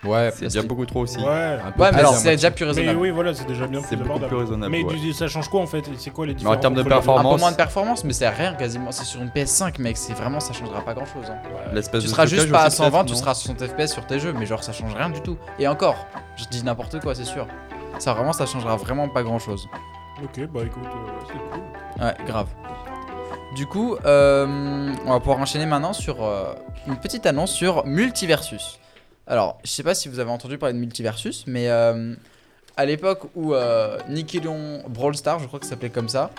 Ouais, C'est déjà beaucoup trop aussi. Ouais. un peu Ouais, mais plus à alors, la c'est moitié. déjà plus Mais raisonnable. oui, voilà, c'est déjà bien plus C'est beaucoup abordable. plus raisonnable. Mais ouais. du- ça change quoi en fait C'est quoi les différences termes de entre les deux Un peu performance, moins de performance, mais c'est rien quasiment. C'est sur une PS5, mec. C'est vraiment, ça changera pas grand chose. L'espèce Tu de seras stockage juste pas à aussi, peut-être, 120, tu non seras à 60 FPS sur tes jeux, mais genre ça change rien du tout. Et encore, je dis n'importe quoi, c'est sûr. Ça vraiment, ça changera vraiment pas grand chose. Ok, bah écoute, euh, c'est cool. Ouais, grave. Du coup, euh, on va pouvoir enchaîner maintenant sur euh, une petite annonce sur Multiversus. Alors, je sais pas si vous avez entendu parler de Multiversus, mais euh, à l'époque où euh, Nickelodeon Brawl Stars, je crois que ça s'appelait comme ça,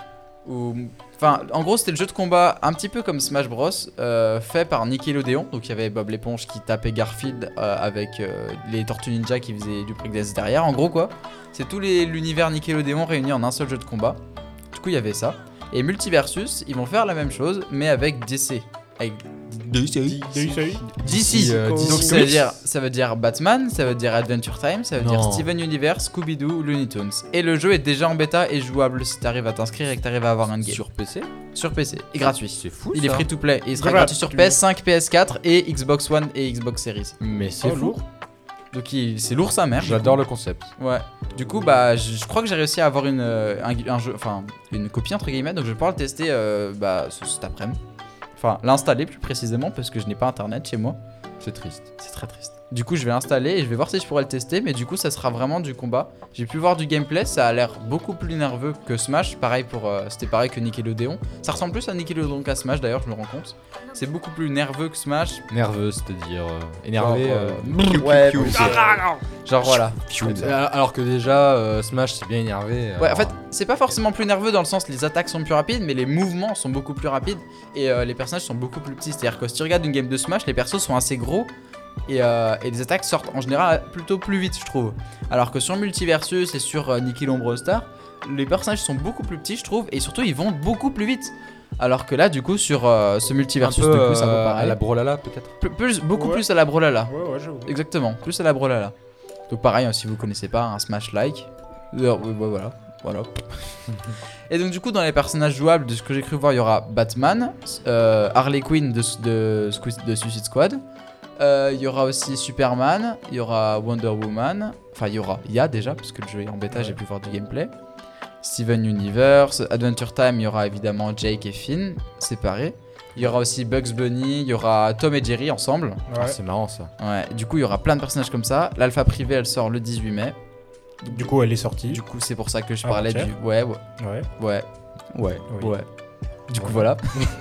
ou enfin, en gros, c'était le jeu de combat un petit peu comme Smash Bros, euh, fait par Nickelodeon. Donc, il y avait Bob l'éponge qui tapait Garfield euh, avec euh, les Tortues Ninja qui faisaient du breakdance derrière. En gros, quoi, c'est tout les- l'univers Nickelodeon réuni en un seul jeu de combat. Du coup, il y avait ça. Et Multiversus, ils vont faire la même chose, mais avec DC. Avec T'as eu ça eu DC. euh, DC Donc ça veut, Comics. dire, ça veut dire Batman, ça veut dire Adventure Time, ça veut dire Non. Steven Universe, Scooby-Doo, Looney Tunes. Et le jeu est déjà en bêta et jouable si t'arrives à t'inscrire et que t'arrives à avoir un game. Sur PC Sur PC, et gratuit. C'est fou. Il est ça. free to play et il sera Grave. gratuit sur PS5, PS4 et Xbox One et Xbox Series. Mais c'est Oh, fou. lourd. Donc il- c'est lourd sa mère. J'adore le concept. Ouais. Du coup, bah, je, je crois que j'ai réussi à avoir une, euh, un, un jeu, enfin, une copie entre guillemets. Donc, je vais pouvoir le tester euh, bah, ce- cet après-midi. Enfin, l'installer plus précisément parce que je n'ai pas internet chez moi. C'est triste. C'est très triste. Du coup, je vais l'installer et je vais voir si je pourrais le tester, mais du coup, ça sera vraiment du combat. J'ai pu voir du gameplay, ça a l'air beaucoup plus nerveux que Smash. Pareil pour, euh, c'était pareil que Nickelodeon. Ça ressemble plus à Nickelodeon qu'à Smash d'ailleurs, je me rends compte. C'est beaucoup plus nerveux que Smash. Nerveux, c'est-à-dire euh, énervé. Genre, euh, Ouais, Piu, mais- piu. Genre voilà. alors- Alors que déjà, euh, Smash, c'est bien énervé. euh, Ouais, alors, en fait, c'est pas forcément plus nerveux dans le sens les attaques sont plus rapides, mais les mouvements sont beaucoup plus rapides et euh, les personnages sont beaucoup plus petits. C'est-à-dire que si tu regardes une game de Smash, les persos sont assez gros et, euh, et les attaques sortent en général plutôt plus vite, je trouve. Alors que sur Multiversus et sur euh, Nikki Lombre Star, les personnages sont beaucoup plus petits, je trouve, et surtout ils vont beaucoup plus vite. Alors que là, du coup, sur euh, ce un Multiversus, peu, du coup, ça euh, vaut à pareil. la brolala peut-être. Plus- plus- beaucoup Ouais. plus à la Brolala. Ouais, ouais, j'avoue. Exactement, plus à la brolala. Donc pareil, hein, si vous connaissez pas, un smash like. Euh, ouais, ouais, voilà, voilà. Et donc du coup, dans les personnages jouables, de ce que j'ai cru voir, il y aura Batman, euh, Harley Quinn de, de, Squid- de Suicide Squad, euh, il y aura aussi Superman, il y aura Wonder Woman, enfin il y aura, il y a déjà, parce que le jeu est en bêta, j'ai pu voir du gameplay. Steven Universe, Adventure Time, il y aura évidemment Jake et Finn, séparés. Il y aura aussi Bugs Bunny, il y aura Tom et Jerry ensemble. Ah, Ouais. c'est marrant ça. Ouais, du coup, il y aura plein de personnages comme ça. L'alpha privée, elle sort le 18 mai. Du coup, elle est sortie. Du coup, c'est pour ça que je Ah, parlais ok. du. Ouais, ouais, Ouais. ouais, ouais. Oui. ouais. Du coup, voilà.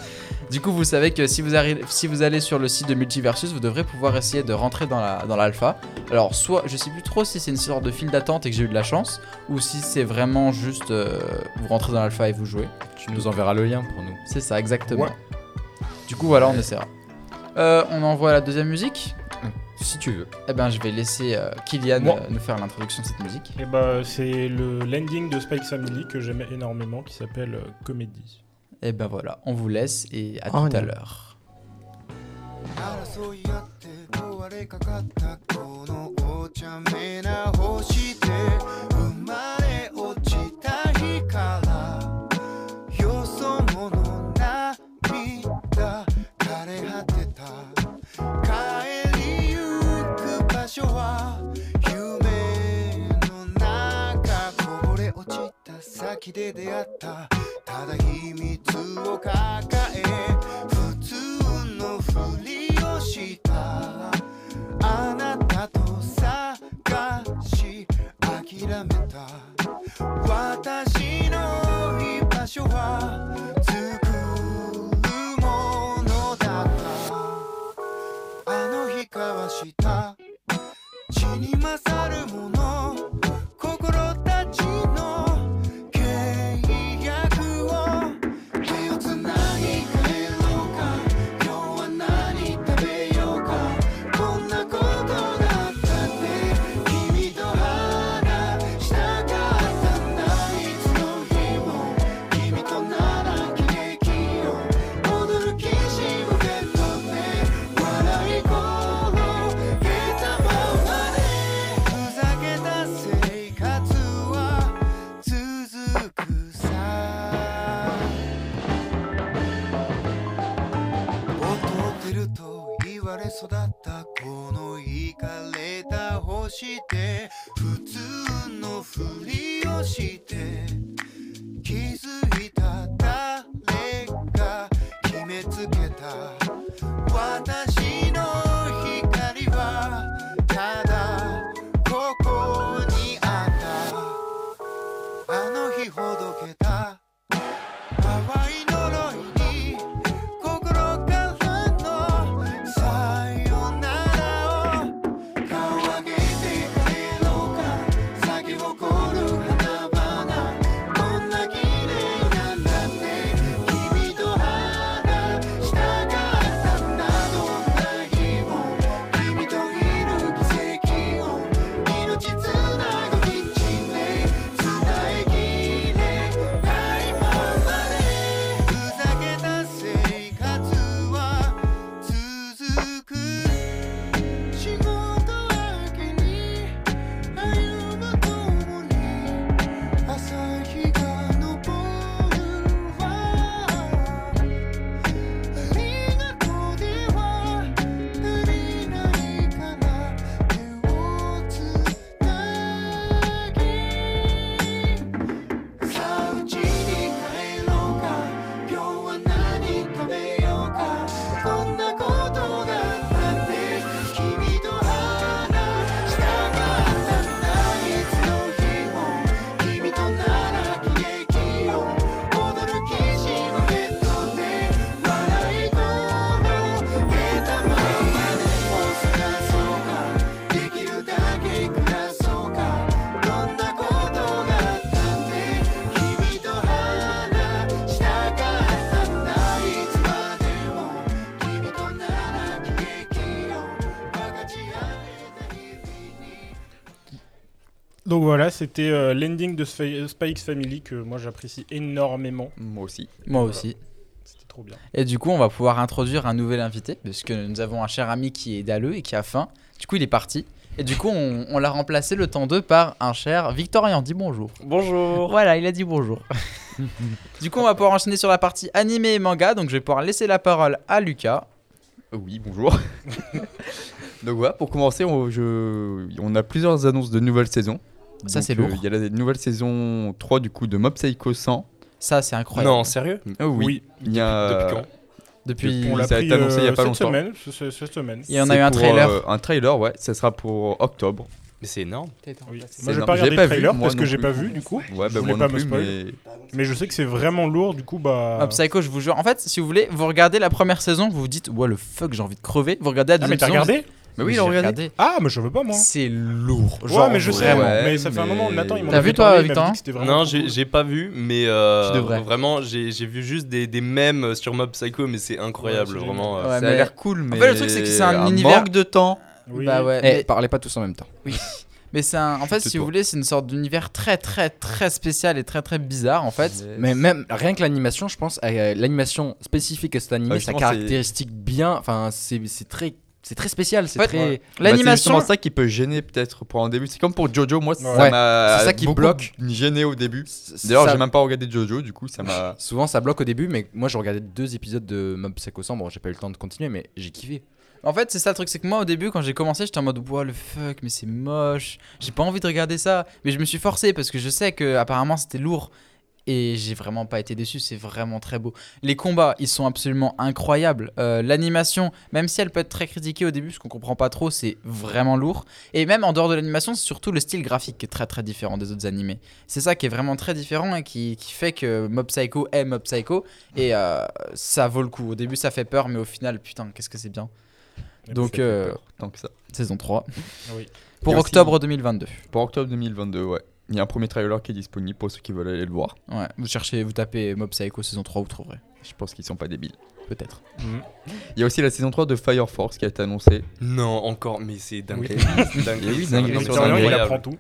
du coup, vous savez que si vous, arrivez, si vous allez sur le site de Multiversus, vous devrez pouvoir essayer de rentrer dans la- dans l'alpha. Alors, soit, je sais plus trop si c'est une sorte de file d'attente et que j'ai eu de la chance, ou si c'est vraiment juste euh, vous rentrez dans l'alpha et vous jouez. Tu nous enverras le lien pour nous. C'est ça, exactement. Ouais. Du coup, voilà, on essaiera. Euh, on envoie la deuxième musique. Si tu veux. Eh ben, je vais laisser euh, Kylian Moi. euh, nous faire l'introduction de cette musique. Et bah, c'est le landing de Spike Family que j'aimais énormément qui s'appelle euh, Comédie. Et ben voilà, on vous laisse et à Oh tout à non. l'heure. 争い合って壊れかかったこのお茶目な星で生まれ落ちた日からよそ者涙枯れ果てた帰りゆく場所は夢の中こぼれ落ちた先で出会ったただ秘密を抱え普通のふりをしたあなたと探し諦めた私の居場所は作るものだったあの日交わした血に勝るもの心たちの契約を手をつなぎ帰ろうか今日は何食べようかこんなことだったって君と話したかったんだいつの日も君となら喜劇を踊るキシムベッドで笑い転げたままでふざけた生活は続くさ劣ってると言われ育ったこのイかれた星で普通のふりをして気づいた誰か決めつけた私の光はただここにあったあの日ほどけた淡い呪いに心からのさよならを顔上げて帰ろうか咲き誇る花々こんな綺麗 Donc voilà, c'était euh, l'ending de Spy Spy X Family que moi j'apprécie énormément. Moi aussi. Moi aussi. C'était trop bien. Et du coup, on va pouvoir introduire un nouvel invité, parce que nous avons un cher ami qui est dalleux et qui a faim. Du coup, il est parti. Et du coup, on, on l'a remplacé le temps 2 par un cher Victorien. Dis bonjour. Bonjour. Voilà, il a dit bonjour. du coup, on va pouvoir enchaîner sur la partie animé et manga. Donc, je vais pouvoir laisser la parole à Lucas. Oui, bonjour. Donc voilà, pour commencer, on, je- on a plusieurs annonces de nouvelles saisons. Ça, Donc, c'est lourd. euh, Il y a la nouvelle saison 3 du coup de Mob Psycho 100. Ça, c'est incroyable. Non, sérieux Mm. Ah oui. Il y a, Depuis quand Depuis. On il l'a ça a pris été annoncé il y a euh, pas cette longtemps. semaine. ce- ce- Cette semaine. Il y en a c'est eu un pour, trailer. euh, un trailer, ouais. Ça sera pour octobre. Mais c'est énorme. Oui. C'est Moi j'ai énorme. hein. Bah, pas J'ai regardé pas le vu, trailer moi parce que non j'ai plus. pas vu du coup. Ouais, Je bah voulais moi pas non me plus, spoiler. mais Mais je sais que c'est vraiment lourd du coup bah. Hop Psycho, je vous jure. En fait, si vous voulez, vous regardez la première saison, vous vous dites, ouais, le fuck, j'ai envie de crever. Vous regardez la Ah mais deuxième t'as saison. regardé Mais oui, il il a regardé. Ah mais je veux pas moi. C'est lourd. ouais mais je sais. vraiment. Mais ça fait un Ouais, moment Nathan il m'en T'as avait vu, toi, parlé, il m'avait Victor dit que c'était vraiment Non, trop j'ai cool. j'ai pas vu, mais euh, Tu devrais. vraiment, j'ai j'ai vu juste des, des mèmes sur Mob Psycho, mais c'est incroyable, Ouais, c'est vraiment. euh, Ouais, ça mais- a l'air cool, mais. euh, fait, le truc, c'est que c'est un univers- manque de temps. Oui. Bah ouais. Eh, mais- parlez pas tous en même temps. Mais c'est un- en fait, si Tais-toi. vous voulez, c'est une sorte d'univers très très très spécial et très très bizarre en fait. Mais même rien que l'animation, je pense, euh, l'animation spécifique à cet animé, Ouais, sa Ah, justement, c'est- caractéristique bien, enfin, c'est c'est très, c'est très spécial, c'est Ouais. très. Bah, c'est L'animation, justement ça qui peut gêner peut-être pour un début. C'est comme pour Jojo, moi ça Ouais. m'a C'est ça qui beaucoup bloque. Gêné au début. c- D'ailleurs, ça- j'ai même pas regardé Jojo, du coup ça m'a. Souvent ça bloque au début, mais moi je regardais deux épisodes de Mob Psycho 100. Bon, j'ai pas eu le temps de continuer, mais j'ai kiffé. en fait, c'est ça le truc, c'est que moi au début, quand j'ai commencé, j'étais en mode Ouah, le fuck, mais c'est moche, j'ai pas envie de regarder ça. Mais je me suis forcé parce que je sais que apparemment c'était lourd et j'ai vraiment pas été déçu. C'est vraiment très beau. Les combats, ils sont absolument incroyables. Euh, L'animation, même si elle peut être très critiquée au début, parce qu'on comprend pas trop, c'est vraiment lourd. Et même en dehors de l'animation, c'est surtout le style graphique qui est très très différent des autres animés. C'est ça qui est vraiment très différent et qui, qui fait que Mob Psycho est Mob Psycho. Et euh, ça vaut le coup. Au début, ça fait peur, mais au final, putain, qu'est-ce que c'est bien. Et Donc, euh, Tant que ça. saison 3. Oui. Pour Et aussi- octobre 2022. Pour octobre 2022, ouais. Il y a un premier trailer qui est disponible pour ceux qui veulent aller le voir. Ouais, vous cherchez, vous tapez Mob Psycho saison 3, vous trouverez. Je pense qu'ils sont pas débiles. Peut-être. Mhm. Il y a aussi la saison 3 de Fire Force qui a été annoncée. euh. Non, encore, mais c'est dingue. Oui. C'est dingue. Oui, c'est dingue. incroyable. Victorien, il incroyable. apprend tout.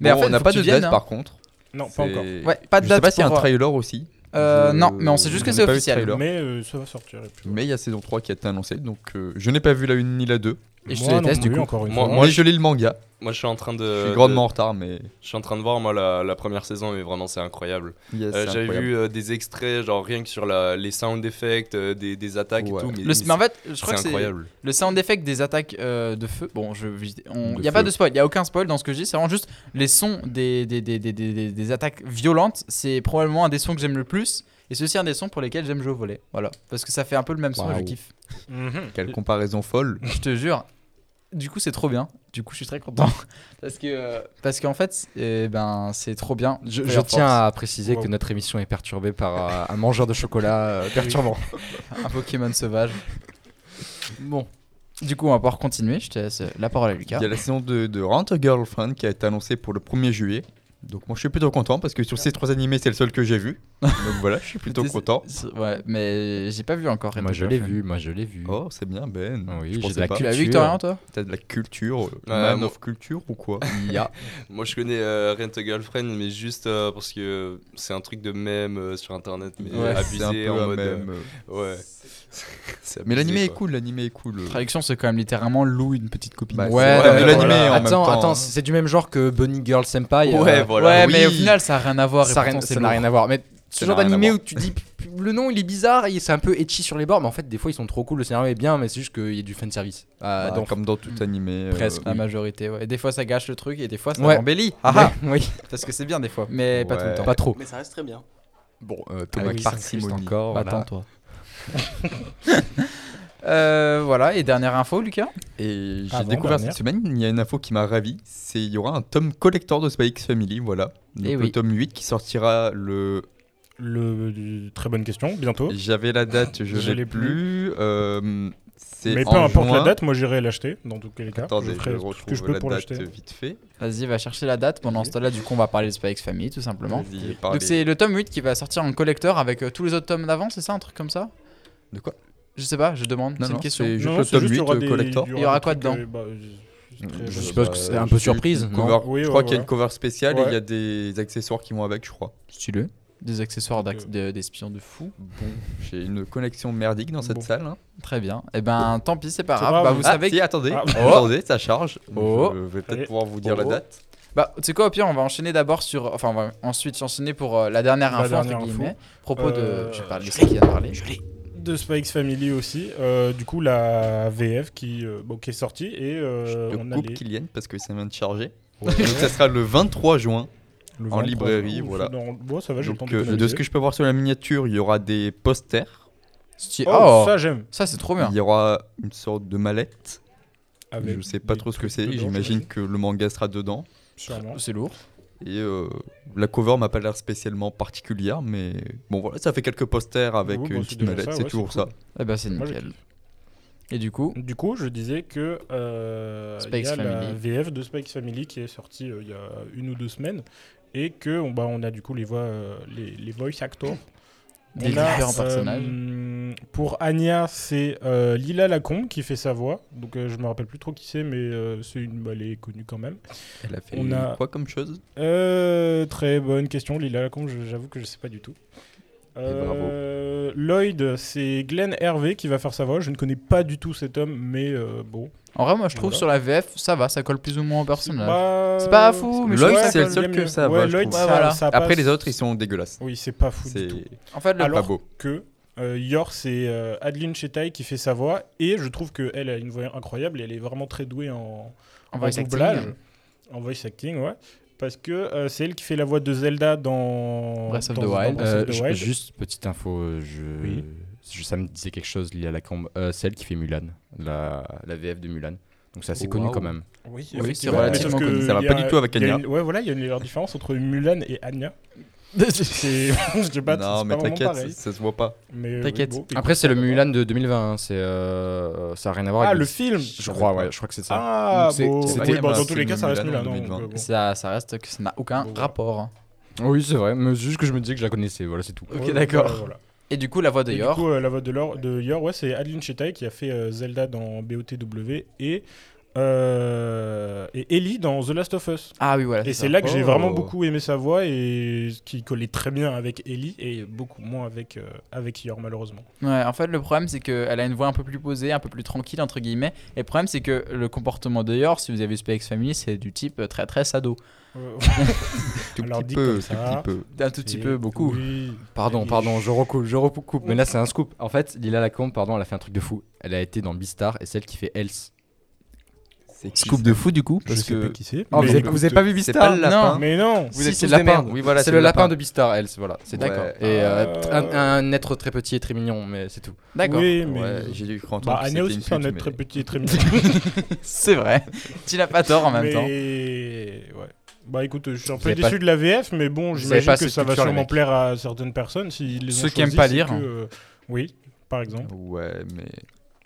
Mais en fait, on n'a faut pas que tu de viennes, date hein. par contre. Non pas encore. C'est- Ouais, pas de je date sais pas s'il y a un pour- trailer aussi. Euh, Je- non, mais on sait juste que je c'est n'ai pas vu de officiel. trailer. Mais euh, ça va sortir. et puis Mais il y a saison 3 qui a été annoncée, donc euh, je n'ai pas vu la 1 ni la 2. Et je te Moi non déteste du plus, coup. encore une Moi- fois. Moi, je lis le manga. Moi, je suis en train de. je suis de- grandement en retard, mais. je suis en train de voir moi la, la première saison, mais vraiment c'est incroyable. Yes, c'est Euh, J'avais incroyable. vu euh, des extraits, genre rien que sur la, les sound effects, euh, des, des attaques Ouais. et tout. Mais, Le, mais mais en fait, je c'est- crois que c'est c'est incroyable. le sound effect des attaques euh, de feu. Bon, je, il De n'y a pas feu. de spoil, il n'y a aucun spoil dans ce que je dis. C'est vraiment juste les sons des, des, des, des, des, des- des attaques violentes. C'est probablement un des sons que j'aime le plus. Et ceci un des sons pour lesquels j'aime jouer au volet. Voilà. Parce que ça fait un peu le même son et je Waouh. kiffe. Mhm. Quelle comparaison folle. Je te jure. Du coup, c'est trop bien. Du coup, je suis très content. Parce que euh, parce qu'en fait, eh ben, c'est trop bien. Je, Fire je tiens Force. à préciser Wow. que notre émission est perturbée par euh, un mangeur de chocolat euh, perturbant. un Pokémon sauvage. Bon. Du coup, on va pouvoir continuer. Je te laisse la parole à Lucas. Il y a la saison de, de Rent a Girlfriend qui a été annoncée pour le 1er juillet. Donc moi je suis plutôt content parce que sur ces trois animés c'est le seul que j'ai vu. Donc voilà, je suis plutôt Désolé. content. Ouais, mais j'ai pas vu encore. moi je l'ai vu, moi je l'ai vu. Oh c'est bien Ben. Ah oui, je j'ai de pensais la pas. Tu l'as vu, Culture. Victorien, toi T'as de la culture, euh, Ouais, man moi- of culture ou quoi Moi, je connais euh, Rent a Girlfriend, mais juste euh, parce que c'est un truc de mème euh, sur internet, mais Ouais, C'est un abusé peu en un mode. euh, mème, euh. Ouais. C'est Mais abusé, l'animé est quoi. cool, l'animé est cool. euh. Traduction, c'est quand même littéralement Lou, une petite copine. Bah, c'est- Ouais, mais mais l'animé voilà. en même attends, temps. attends, hein. c'est du même genre que Bunny Girl Senpai. euh, Ouais, voilà. ouais, mais au Oui. final, ça a rien à voir. et ça a rien- pourtant, c'est ça n'a rien lourd. à voir. Mais ce Ça genre n'a rien à d'animé voir. où tu dis p- le nom il est bizarre et c'est un peu etchy sur les bords, mais en fait des fois ils sont trop cool, le scénario est bien, mais c'est juste qu'il y a du fanservice. Bah, Euh, donc, comme dans tout animé. euh, Presque. La majorité, ouais. Et des fois, ça gâche le truc et des fois, ça Ouais. embellit. Ah oui, ah, Parce que c'est bien des fois, mais pas tout le Ouais. temps. pas trop. Mais ça reste très bien. Bon, Thomas Thomas qui Parcimonie s'incruste encore. Attends, toi. Euh, voilà, et dernière info, Lucas. Et j'ai Avant, découvert dernière. cette semaine, il y a une info qui m'a ravi, c'est il y aura un tome collector de Spy X Family, voilà. Donc Eh le oui. tome 8 qui sortira le Le du- très bonne question. Bientôt. J'avais la date, je, Oh. Je l'ai l'ai plus. euh, c'est Mais peu en importe la juin. date, moi j'irai l'acheter dans tous les cas. Attendez, je je, ferai tout ce retrouve que je peux la pour date l'acheter. vite fait. Vas-y, va chercher la date. Pendant ce temps-là, du coup, on va parler de Spy X Family, tout simplement. Vas-y, parlez. Donc, c'est le tome 8 qui va sortir en collector avec euh, tous les autres tomes d'avant, c'est ça, un truc comme ça De quoi Je sais pas, je demande, Non, c'est une non, question. c'est juste Non, le c'est tome juste, il y 8 aura euh, des- collector. Il y aura des quoi trucs, dedans euh, bah, euh, Très Je bonne suppose que Euh, c'est un peu j'ai eu surprise. une non cover- Oui, je ouais, crois qu'il y a ouais. une cover spéciale et Ouais. il y a des accessoires qui vont avec, je crois. Stylé. Des accessoires d'ac- Euh. de- d'espions de fou. J'ai une connexion merdique dans cette Bon. salle. hein. Très bien. Eh ben, tant pis, c'est pas C'est grave. grave. Bah, vous Ah, savez. si, attendez, Ah. attendez, ça charge. Oh. Je vais peut-être Allez. pouvoir vous dire la Oh. date. Bah, tu sais quoi, au pire, on va enchaîner d'abord sur. Enfin, on va ensuite enchaîner pour euh, la dernière La info, dernière entre info. guillemets. Propos de. Euh, Je sais pas, Lucie qui vient de parler. de Spikes Family aussi. Euh, du coup, la VF qui, euh, bon, qui est sortie et euh, je on te a coupe les... Kylian parce que ça vient de charger. Donc ça sera le 23 juin. le en ventre, librairie, ouf, voilà. dans- Bon, ça va, j'ai le temps Donc, de euh, de canaliser. ce que je peux voir sur la miniature, il y aura des posters. Sti- Oh, Oh, ça j'aime. ça, c'est trop bien. Il y aura une sorte de mallette. Avec je sais pas des trop ce que trucs c'est. dedans, J'imagine que le manga sera dedans. Sûrement. C'est lourd. Et euh, la cover m'a pas l'air spécialement particulière, mais bon voilà, ça fait quelques posters avec Oui, bon, une c'est petite déjà mallette, ça, c'est ouais, toujours c'est ça. Eh ben, c'est Moi, j'ai nickel. Et du coup, Du coup, je disais que euh, il y Spikes a la Family. VF de Spikes Family qui est sortie euh, il y a une ou deux semaines et que on, bah, on a du coup les voix, euh, les, les voice actors. Des On a, euh, différents personnages. Pour Anya, c'est euh, Lila Lacombe qui fait sa voix. Donc euh, je me rappelle plus trop qui c'est, mais euh, c'est une, bah, elle est connue quand même. Elle a fait On a- quoi comme chose Euh, très bonne question, Lila Lacombe. je- J'avoue que je sais pas du tout. Euh, Lloyd, c'est Glenn Hervé qui va faire sa voix. Je ne connais pas du tout cet homme, mais euh, bon. en vrai, moi, je trouve Voilà. Bah, sur la VF, ça va, ça colle plus ou moins au personnage. pas- C'est pas fou, mais je Lloyd, trouve que c'est ça le colle. seul que ça ouais, va, je Lloyd, trouve. ça- Ouais, voilà. ça Après passe. les autres, ils sont dégueulasses. Oui, c'est pas fou C'est du tout. En fait, le- Alors- pas beau. Que euh, Yor, c'est euh, Adeline Chetaille qui fait sa voix. Et je trouve qu'elle a une voix incroyable. Et elle est vraiment très douée en, en voice acting, doublage. En voice acting, ouais. Parce que euh, c'est elle qui fait la voix de Zelda dans Breath of dans- the dans Wild. Breath of Euh, the ju- Wild. juste petite info, euh, je... Oui. je- ça me disait quelque chose lié à la com. Euh, celle qui fait Mulan, la, la VF de Mulan. Donc c'est assez Oh, connu waouh. quand même. Oui, c'est effectivement. relativement Mais sauf connu. que Ça va il y pas a- du tout avec il y a Anya. une- ouais, voilà, il y a une légère différence entre Mulan et Anya. C'est. Je sais pas, non, c'est mais pas vraiment t'inquiète, ça, pareil. ça se voit pas. Mais, euh, T'inquiète. bon, Après c'est le écoute, Mulan de 2020, hein, c'est euh, ça a rien à voir. Ah, avec le film Je crois, ouais, je crois que c'est ça. Ah, Donc, c'est- bon. c'était- Oui, bon, voilà, dans tous les c'est cas, ça reste Mulan Mulan. en donc, 2020. euh, bon. Ça, ça reste que ça n'a aucun Bon, voilà. rapport. hein. Oui, c'est vrai. Mais c'est juste que je me disais que je la connaissais. Voilà, c'est tout. Ok, Ouais, d'accord. voilà, voilà. Et du coup, la voix Et du d'ailleurs. coup, euh, la voix de, Lor- de Yor, ouais, c'est Adeline Chetaille qui a fait euh, Zelda dans BOTW et, euh, et Ellie dans The Last of Us. Ah oui, voilà. Et ça. c'est là que j'ai Oh. vraiment beaucoup aimé sa voix et qui collait très bien avec Ellie et beaucoup moins avec, euh, avec Yor, malheureusement. Ouais, en fait, le problème, c'est qu'elle a une voix un peu plus posée, un peu plus tranquille, entre guillemets. Et le problème, c'est que le comportement d'ailleurs, si vous avez vu Space Family, c'est du type euh, très très sado. Euh, Tout Alors, petit dit peu, comme tout ça. petit peu. Un tout petit peu, beaucoup. Oui. Pardon, Ellie. pardon, je recoupe, je recoupe. Mais là c'est un scoop. En fait, Lila Lacombe, pardon, elle a fait un truc de fou. Elle a été dans Beastar et celle qui fait Else. Scoop de fou, du coup, Je parce sais pas que. qui c'est. Oh, mais- vous, avez, vous avez pas vu C'est Beastar pas le lapin. Mais non Vous êtes c'est tous le des lapin. merdes. Oui, voilà, c'est le lapin de Beastar, Else, voilà. C'est tout. D'accord. Et euh, Euh, tr- un, un être très petit et très mignon, mais c'est tout. D'accord. Oui, mais. Ouais, j'ai dû croire Bah, entendre que Anya c'était aussi, une c'est un pute, être mais- très petit et très mignon. C'est vrai. tu n'as pas tort en même mais... temps. Ouais. Bah écoute, je suis un Vous peu avez déçu pas- de la VF, mais bon, Vous avez j'imagine pas que cette ça va culture, les sûrement mecs. plaire à certaines personnes. Si les Ceux ont qui aiment choisis, pas c'est lire. hein. que, euh, Oui, par exemple. Ouais, mais.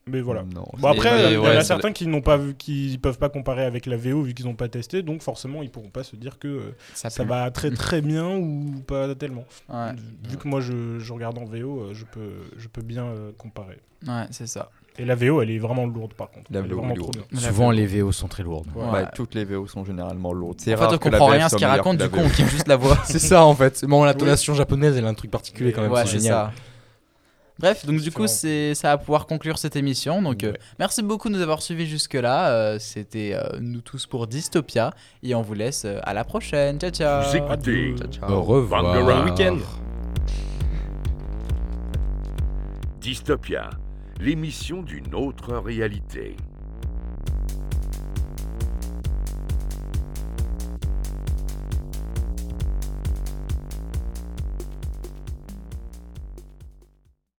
Mais voilà. Non, Bon après, Mais, euh, il y en ouais, a ça- certains qui n'ont pas vu, qui peuvent pas comparer avec la VO vu qu'ils n'ont pas testé, donc forcément ils pourront pas se dire que euh, ça pue. va très très bien ou pas tellement. Ouais, Vu que moi je, je regarde en VO, euh, je peux je peux bien euh, comparer. ouais c'est ça. Et la VO, elle est vraiment lourde par contre. La Elle est VO est vraiment lourde. trop bien. Souvent les VO sont très lourdes. Ouais. Bah, toutes les VO sont généralement lourdes. C'est En fait, rare on que la comprend VF rien à ce soit qu'il meilleure que raconte, la du coup, on VO. kiffe juste la voix. C'est ça en fait. Bon, l'intonation japonaise, elle a un truc particulier quand même. Ouais, c'est c'est génial. ça. Bref, donc du coup, Excellent. c'est ça va pouvoir conclure cette émission. Donc, euh, Ouais. merci beaucoup de nous avoir suivis jusque-là. Euh, C'était euh, nous tous pour Dystopia. Et on vous laisse euh, à la prochaine. Ciao, ciao. Vous écoutez Ciao, ciao. Au revoir. Bangarang week-end. Dystopia, l'émission d'une autre réalité.